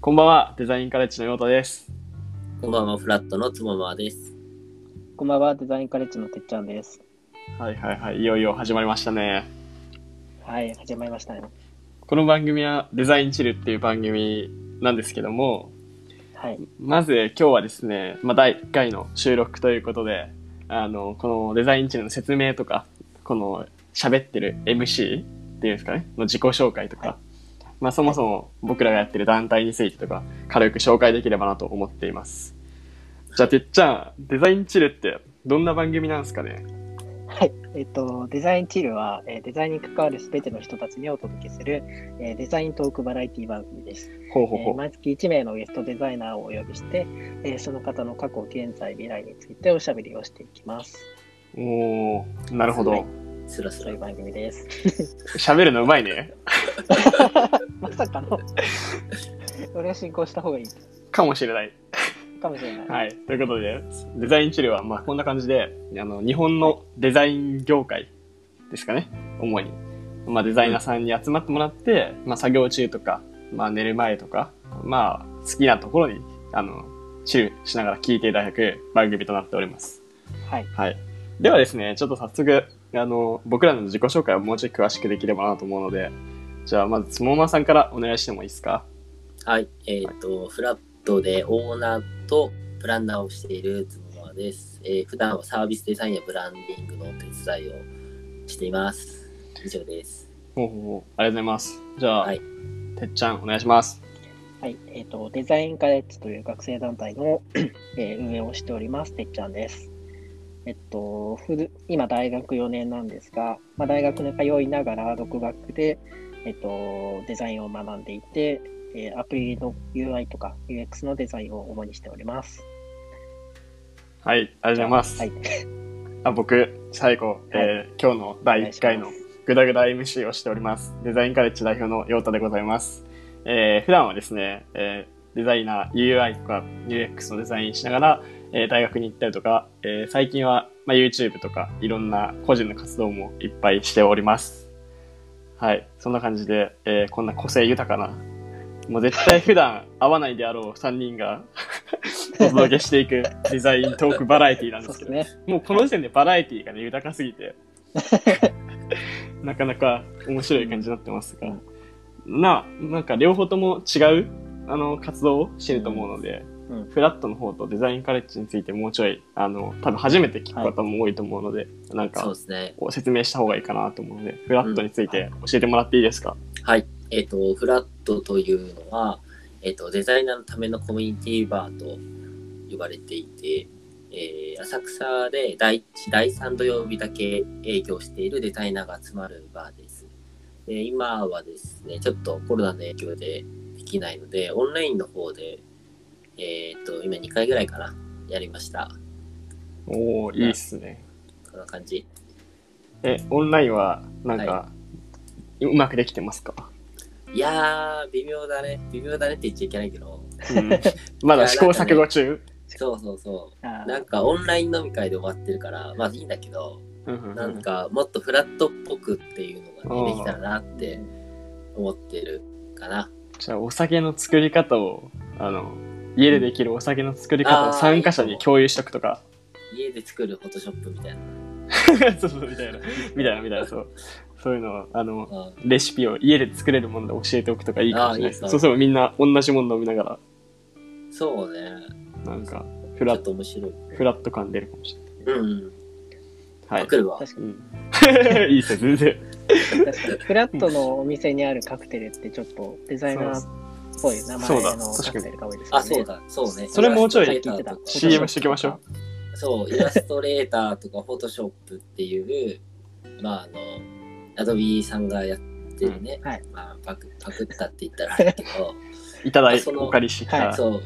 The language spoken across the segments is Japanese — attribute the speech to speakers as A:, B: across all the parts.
A: こんばんは、デザインカレッジの妹です。
B: こんばんは、フラットのつもまです。
C: こんばんは、デザインカレッジのてっちゃんです。
A: はいはいはい、いよいよ始まりましたね。
C: はい、始まりましたね。
A: この番組はデザインチルっていう番組なんですけども、
C: はい、
A: まず今日はですね、まあ、第1回の収録ということで、あの、このデザインチルの説明とか、この喋ってる MC っていうんですかね、の自己紹介とか、
C: は
A: まあそもそも僕らがやってる団体についてとか、軽く紹介できればなと思っています。じゃあ、てっちゃん、デザインチルってどんな番組なんですかね
C: はい、えっと、デザインチルは、えーデザインに関わるすべての人たちにお届けする、えーデザイントークバラエティ番組です。
A: ほうほう
C: え
A: ほ
C: ー
A: う。
C: 毎月1名のゲストデザイナーをお呼びして、えーその方の過去、現在、未来についておしゃべりをしていきます。
A: おー、なるほど。
B: スラス
C: そう
B: ラ
C: いう。番組です。
A: 喋るのうまいね。
C: ま さかの、俺は進行した方がいい
A: かもしれない。
C: かもしれない。、
A: はいい。ということで、デザイン治療は、まあ、こんな感じで、あの、日本のデザイン業界ですかね。主に。まあ、デザイナーさんに集まってもらって、まあ、作業中とか、まあ、寝る前とか、まあ、好きなところに、あの、チルしながら聞いていただく番組となっております。
C: はい、
A: はい。ではですね、ちょっと早速、あの、僕らの自己紹介をもうちょい詳しくできればなと思うので、じゃあ、まず、つもまさんからお願いしてもいいですか
B: はい、えっ、と、フラットでオーナーとプランナーをしているつもまです。えー普段はサービスデザインやブランディングのお手伝いをしています。以上です。
A: ほうほうほうありがとうございます。じゃあ、
B: はい
A: てっちゃん、お願いします。
C: はい、えっ、と、デザインカレッジという学生団体の、 えー運営をしております、てっちゃんです。えっと、ふる今、大学4年なんですが、まあ、大学に通いながら、独学で、えっと、デザインを学んでいて、えーアプリの UI とか UX のデザインを主にしております。
A: はい、ありがとうございます。
C: はい、
A: あ僕、最後、えー今日の第1回の
C: お願いし
A: グダグダ MC をしております。デザインカレッジ代表の陽太でございます。えー普段はですね、えーデザイナー、UI とか UX のデザインしながら、えー大学に行ったりとか、えー最近は、まあ、YouTube とかいろんな個人の活動もいっぱいしております。はい、そんな感じで、えーこんな個性豊かな、もう絶対普段会わないであろう3人 がお届けしていくデザイントークバラエティなん
C: そ
A: で
C: う
A: すけ
C: で
A: ど
C: す、ね。
A: もうこの時点でバラエティーがね、豊かすぎて、 なかなか面白い感じになってますが、な、なんか両方とも違う、あの、活動をしてると思うので、
C: うんうん
A: フラットの方とデザインカレッジについてもうちょい、あの、多分初めて聞く方も多いと思うので、なん
B: そう
A: か、
B: ですね。
A: こう説明した方がいいかなと思うので、フラットについて教えてもらっていいですか、
B: はい、えっ、と、フラットというのは、えっ、と、デザイナーのためのコミュニティバーと呼ばれていて、えー浅草で第1、第3土曜日だけ営業しているデザイナーが集まるバーです。で今はですね、ちょっとコロナの影響でできないので、オンラインの方で、えっ、と、今2回ぐらいかな、やりました。
A: おおいいっすね。
B: こんな感じ。
A: え、オンラインは、なんか、うまくできてますか、
B: いやー、微妙だね。微妙だねって言っちゃいけないけど、
A: まだ試行錯誤中、
B: そうそうそう。
C: あー
B: なんかオンライン飲み会で終わってるから、まあいいんだけど、
A: うんうんう
B: なんんかもっとフラットっぽくっていうのが、
A: うん
B: ね、できたらなって思ってるかな。
A: じゃあお酒の作り方をあの家でできるお酒の作り方
B: あ
A: を
B: ー
A: 参加者に共有しとくとか
B: 家で作るフォトショップみたいな。
A: そうそうみたいなみたいなみたいなそうそういうのをあの
B: うん
A: レシピを家で作れるもので教えておくとかいいかもしれないです
B: あーいいですね
A: そうそうみんな同じもの飲みなが
B: そうね。
A: らなんかフ
B: ちょ
A: ラ
B: っ
A: ッ
B: と面白い。
A: フラット感出るかもし
B: うん、うん。
A: れないはい
B: 来、るわ。
C: 確
A: うん いいっすよ全然
C: 確かに、フラットのお店にあるカクテルって、ちょっとデザイナーっぽい名
A: そう
C: 前
A: だ
C: のカクテルが多いですよね。
B: あ、そうだ。そうね。
A: それもうちょい
B: イラストレーターとか
A: CM していきましょ
B: そう、イラストレーターとかフォトショップっていう、まああの、アドビーさんがやってるね、
C: うんはい
B: まあパク、パクったって言ったらあれだけど、
A: ういただい
B: あその
A: お借りしてきた、
C: は
B: そう、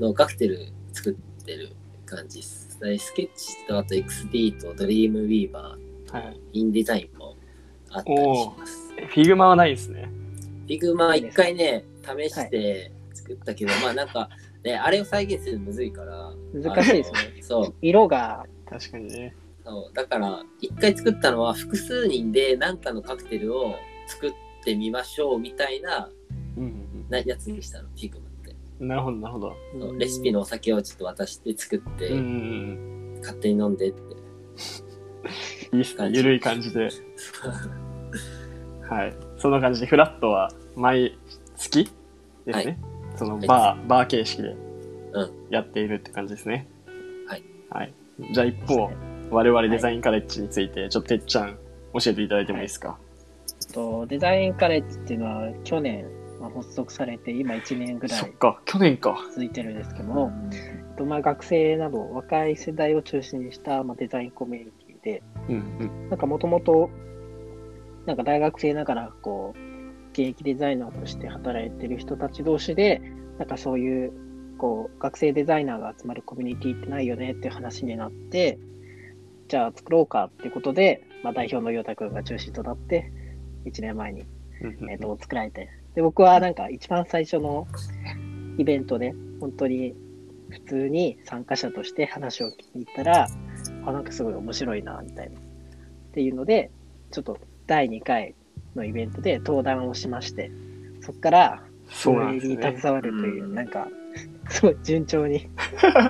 B: のカクテル作ってる感じです。でスケッチとあと XD とドリームウィーバー、
A: はい、
B: インデザインもあったりします。
A: フィグマはないですね
B: フィグマ一回ね、試して作ったけど、まあなんか、ね、あれを再現するのむずいから。
C: 難しいですね
B: あの。そう、
C: 色が、
A: 確かにね
B: そう。だから、一回作ったのは複数人で何かのカクテルを作ってみましょうみたいな
A: うんうん
B: なやつにしたの、フィグマって。
A: なるほど、なるほど。
B: そうレシピのお酒をちょっと渡して作って、
A: うんうん
B: 勝手に飲んでって。
A: うん。いいっすね。
B: 感じ
A: ゆるい感じで。はい。そんな感じで、フラットは毎月ですね。
B: はい
A: そのバー、バー形式で
B: うん
A: やっているって感じですね。
B: はい。
A: はい。じゃあ一方、我々デザインカレッジについて、ちょっとてっちゃん教えていただいてもいいですか、
C: えっとデザインカレッジっていうのは去年まあ発足されて今1年ぐら
A: そっ
C: い
A: か、去年か。
C: 続いてるんですけども、えっとまあ、学生など若い世代を中心にした、まあ、デザインコミュニティで
A: うんうん。
C: なんかもともとなんか大学生ながらこう現役デザイナーとして働いてる人たち同士でなんかそういうこう学生デザイナーが集まるコミュニティってないよねっていう話になってじゃあ作ろうかっていうことで、まあ、代表のヨタ君が中心となって1年前に
A: うんうん
C: えっと作られてで僕はなんか一番最初のイベントで本当に普通に参加者として話を聞きに行ったらあなんかすごい面白いなみたいなっていうのでちょっと第2回のイベントで登壇をしましてそこから
A: そ
C: 運
A: うなんで
C: 営
A: す
C: に
A: ね。
C: 携わるという
B: うん
C: なんかすごい順調に
A: かに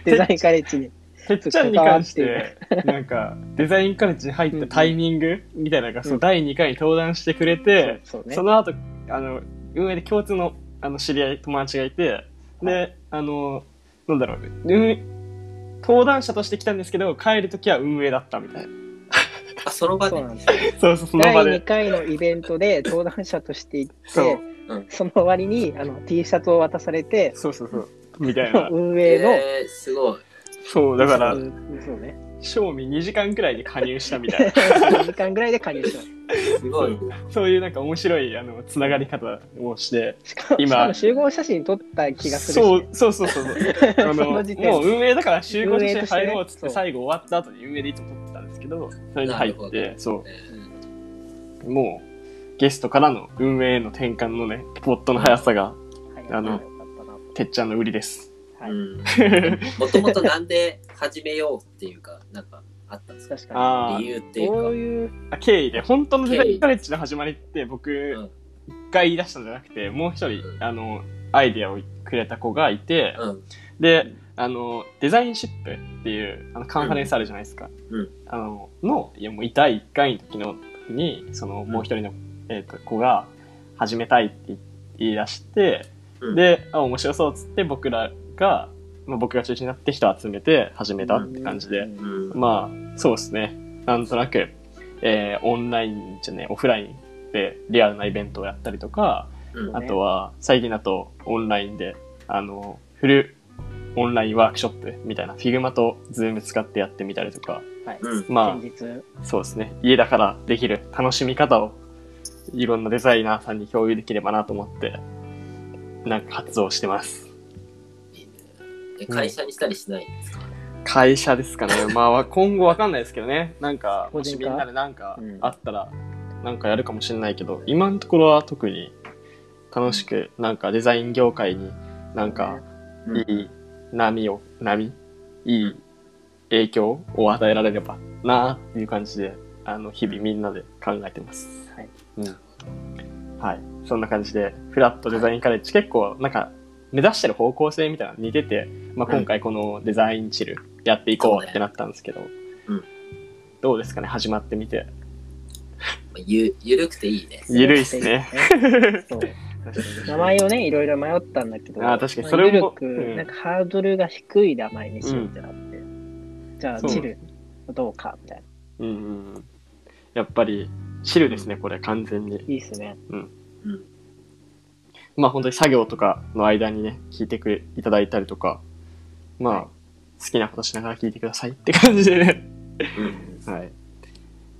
C: デザインカレッジに
A: てっちゃんに関して、なんか、デザインカレッジに入ったタイミングみたいなのが、そうの
C: ん
A: 第2回に登壇してくれて、
C: そうね
A: その後、あの、運営で共通のあの知り合い、友達がいて、
C: は
A: で、あの、なんだろう、運営登壇者として来たんですけど、帰るときは運営だったみたいな。
B: あ、その場
C: そう
B: で
C: な。んですよ
A: そうそう、その
C: 第
A: 場で
C: 2。回のイベントで登壇者として行っ
A: そう
C: て
B: うん
C: その割にあの T シャツを渡されて。
A: そうそうそう。みたいな
C: 運営の、
B: えー、すごい。
A: そう、だから
C: う、んそうね
A: 賞味2時間くらいに加入したみたいな。
C: 2時間ぐらいで加入します
B: ごい。
A: そういうなんか面白い、あの、つながり方をして、
C: たしかも
A: 今
C: しかも集合写真撮った気がするし
A: そ
C: ね、
A: うそうそうそうそう。あの
C: そ
A: も
C: の
A: う
C: 時点で
A: 運営だから集合として入ろうっつっ
C: 運営として
A: て
C: ね
A: 最後終わった後に運営でいつも撮ってたんですけどそれに入っ
B: なる
A: て
B: ほ
A: そ
B: えー
A: うもうゲストからの運営への転換のねポットの速さが
C: はい
A: あの
C: よかったな
A: てっちゃんの売りです。
C: はい
B: うんもともとなんで始めようっていうか、なんかあったんですか
C: 確か
A: あ
B: 理由って
C: に
B: いう
C: こ
B: か
C: う。いう
A: あ経緯で本当のデザ
B: 経
A: イン
B: 緯
A: カレッジの始まりって僕
B: うん
A: が言い出したんじゃなくてもう一人
B: うん
A: あのアイディアをくれた子がいて
B: うん。
A: であのデザインシップっていうあのカンファレンスあるじゃないですか。
B: うんうん
A: あののいやもう第1回の時の時にそのもう一人の、えーと子が始めたいって言い出して、
B: うん
A: であ面白そうっつって僕らが、まあ、僕が中心になって人集めて始めたって感じで、
B: うん。
A: まあそうですねなんとなく、えーオンラインじゃねオフラインでリアルなイベントをやったりとか、
B: うん
A: あとは最近だとオンラインであのフルオンラインワークショップみたいな Figma と Zoom 使ってやってみたりとか
C: はい、
B: うん。
A: ま
C: 先日
A: あそうですね家だからできる楽しみ方をいろんなデザイナーさんに共有できればなと思ってなんか活動してます
B: いいねえ会社にしたりしないんですか
A: 会社ですかねまあわ 今後わかんないですけどねなんか
C: 個
A: もし
C: 人
A: み
C: 化
A: んなでなんか
C: うん
A: あったらなんかやるかもしれないけど今のところは特に楽しくなんかデザイン業界になんか
B: うん
A: いい波を、波、いい影響を与えられればなあっていう感じで、あの、日々みんなで考えてます。
C: はい。
A: うん。はい。そんな感じで、フラットデザインカレッジ、結構なんか、目指してる方向性みたいなの似てて、まあ、
B: うん
A: 今回このデザインチルやっていこうってなったんですけど、
B: うん
A: どうですかね、始まってみて。
B: まあゆゆるくていいね。
A: ゆるいっすね。
C: そう名前をねいろいろ迷ったんだけど
A: あー確かにそれも
C: まあ緩く
A: うん
C: なんかハードルが低い名前にしようってなって、じゃあ
A: そう
C: チルどうかみたいな
A: うんうん。やっぱり、チルですね、これ、完全に。
C: いいっすね
B: うん。
A: まあ本当に作業とかの間にね、聞いてくれ、いただいたりとか、まあ、
C: はい
A: 好きなことしながら聞いてくださいって感じでね。
B: うん
A: はい。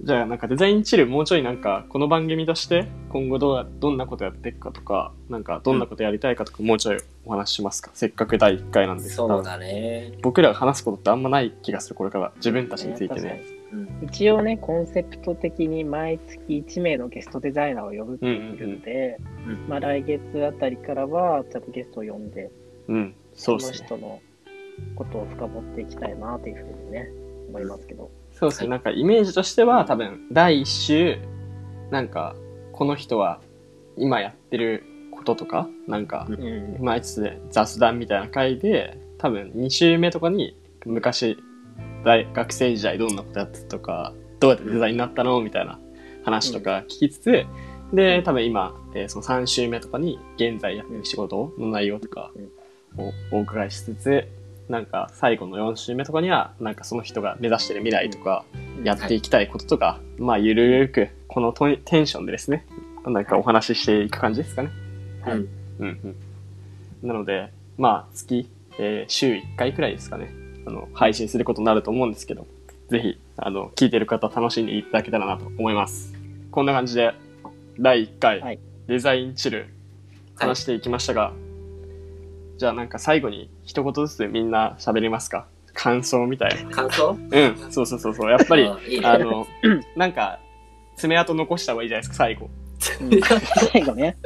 A: じゃあなんかデザインチルもうちょいなんか、この番組として今後どうや、どんなことやっていくかとか、なんかどんなことやりたいかとかもうちょいお話ししますか。せっかく第1回なんです
B: そう
A: が、
B: だね。
A: 僕らが話すことってあんまない気がする、これから。自分たちについてね。
C: 確か
B: うん。
C: に一応ねコンセプト的に毎月1名のゲストデザイナーを呼ぶっていうので、
B: うんうんうん
C: まあ、来月あたりからは多分ゲストを呼んで
A: うん、そうですね。
C: の人のことを深掘っていきたいなというふうにね思いますけど
A: そうですね、なんかイメージとしては多分第1週なんかこの人は今やってることとか、なんか、
C: うん。
A: まあ、いつ雑談みたいな回で、多分2週目とかに、昔、大学生時代どんなことやってたとか、どうやってデザインになったのみたいな話とか聞きつつ、で、多分今、えーその3週目とかに、現在やってる仕事の内容とかをお伺いしつつ、なんか最後の4週目とかには、なんかその人が目指してる未来とか、やっていきたいこととか、まあゆるーくこのトイテンションでですねなんかお話ししていく感じですかね、
B: はい
C: うん
A: うんうん、なのでまあ月、えー週1回くらいですかねあの配信することになると思うんですけどぜひあの聞いてる方楽しんでいただけたらなと思いますこんな感じで第1回、
C: はい
A: デザインチル話していきましたが、じゃあなんか最後に一言ずつみんな喋りますか感想みたいな
B: 感想
A: うんそうそうそうそうやっ ぱり
B: あいいね
A: あの、なんか、爪痕残した方がいいじゃないですか、最後。
C: うん最後ね。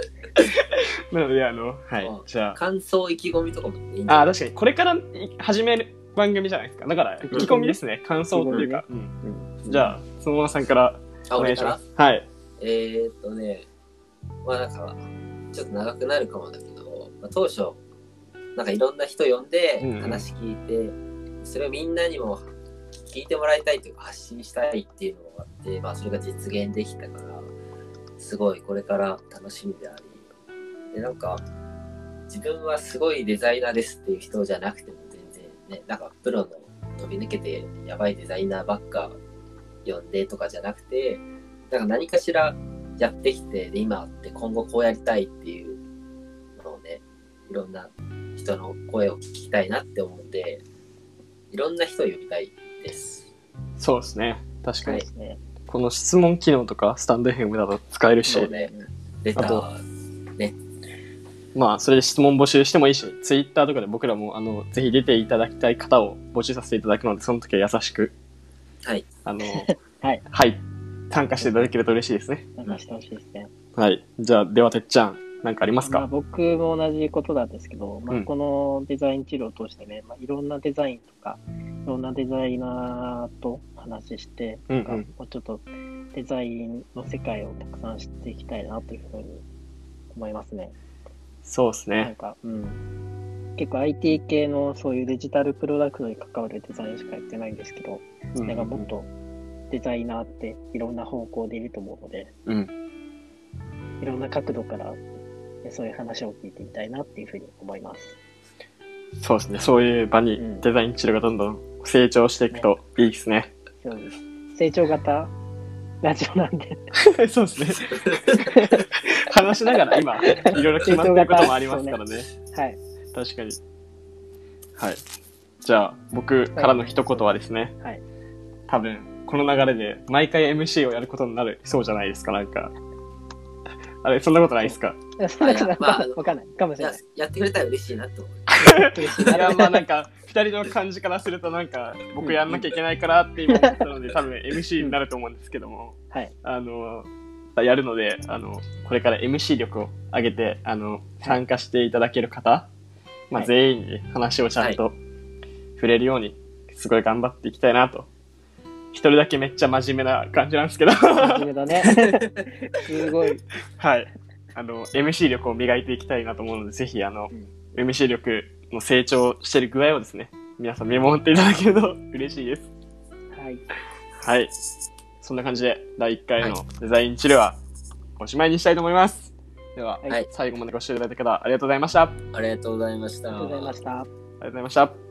A: なので、あの、はい
B: うん。
A: じゃあ、
B: 感想、意気込みとかもいいんじゃない
A: あー、確かに、これからい始める番組じゃないですか。だから、意気込みですね、感想っていうか。うんじゃあ、そのままさんから
B: あ
A: お願
B: 俺
A: いし
B: か
A: ま
B: ら
A: す。はい。
B: えー、っとね、まあなんか、ちょっと長くなるかもだけど、まあ、当初、なんかいろんな人呼んで
A: うんうん、
B: 話聞いて、それをみんなにも聞いてもらいたいというか、発信したいっていうのがあって、まあそれが実現できたから、すごいこれから楽しみであり、で、なんか、自分はすごいデザイナーですっていう人じゃなくても全然ね、なんかプロの飛び抜けてやばいデザイナーばっか呼んでとかじゃなくて、なんか何かしらやってきて、で今あって今後こうやりたいっていうのをね、いろんな人の声を聞きたいなって思うんで、いろんな人を呼びたいです。
A: そうですね。確か
C: そう
A: に、
C: ですね。
A: この質問機能とか、スタンド FM だと使えるし
B: そう、ね、レタ
A: あと
B: ー、
A: まあ、それで質問募集してもいいし、ツイッターとかで僕らも、あの、ぜひ出ていただきたい方を募集させていただくので、その時は優しく、
B: はい、
A: あの、
C: はい。
A: はい、参加していただけると嬉しいですね。
C: なんかしてほしいですね。
A: はい。じゃあ、では、てっちゃん、なんかあります
C: まあ、
A: か
C: 僕も同じことなんですけど、ま
A: う
C: あ
A: ん、
C: このデザイン治療を通してね、まあ、いろんなデザインとか、いろんなデザイナーと話して、
A: うんうん
C: なんかもうちょっとデザインの世界をたくさん知っていきたいなというふうに思いますね。
A: そうです
C: なん
A: ね。
C: か、うん。結構 IT 系のそういうデジタルプロダクトに関わるデザインしかやってないんですけど、
A: うん
C: なんかもっとデザイナーっていろんな方向でいると思うので、
A: うん。
C: いろんな角度からえそういう話を聞いてみたいなっていうふうに思います。
A: そうですね。そういう場に
C: うん
A: デザインチルがどんどん成長していくといいですね。
C: そうです。成長型ラジオなんで、
A: そうですね。 話しながら今、いろいろ決まってることもありますからね。
C: はい。
A: 確かに。はい。じゃあ、僕からの一言はですね、
C: はい。
A: 多分、この流れで毎回 MC をやることになるそうじゃないですか、なんか。あれ、そんなことないですか
C: そんなことない
B: まああの
C: わかんない。かもし
B: じ
C: れ
B: ゃあ
C: ない。
B: やってくれたら嬉しいなって思う。
C: 嬉しい
A: いや
C: な
A: まあなん か2人の感じからするとなんか僕やんなきゃいけないからって今思ったので多分 MC になると思うんですけども
C: はい。
A: あのやるのであのこれから MC 力を上げてあの参加していただける方、まあ、
C: はい
A: 全員に話をちゃんと触れるようにすごい頑張っていきたいなと1人だけめっちゃ真面目な感じなん ですけどは
C: 真面目だね。すご
A: い
C: い。
A: あの MC 力を磨いていきたいなと思うのでぜひあの
C: うん
A: MC 力の成長してる具合をですね皆さん見守っていただけると嬉しいです
C: はい。
A: はい。そんな感じで、第1回のデザイン治療はおしまいにしたいと思います。では、
C: はい
B: はい
A: 最後までご視聴いただいた方、ありがとうございました。あり
B: ありがとうございました。
C: ありがとうございました。
A: がとうございました。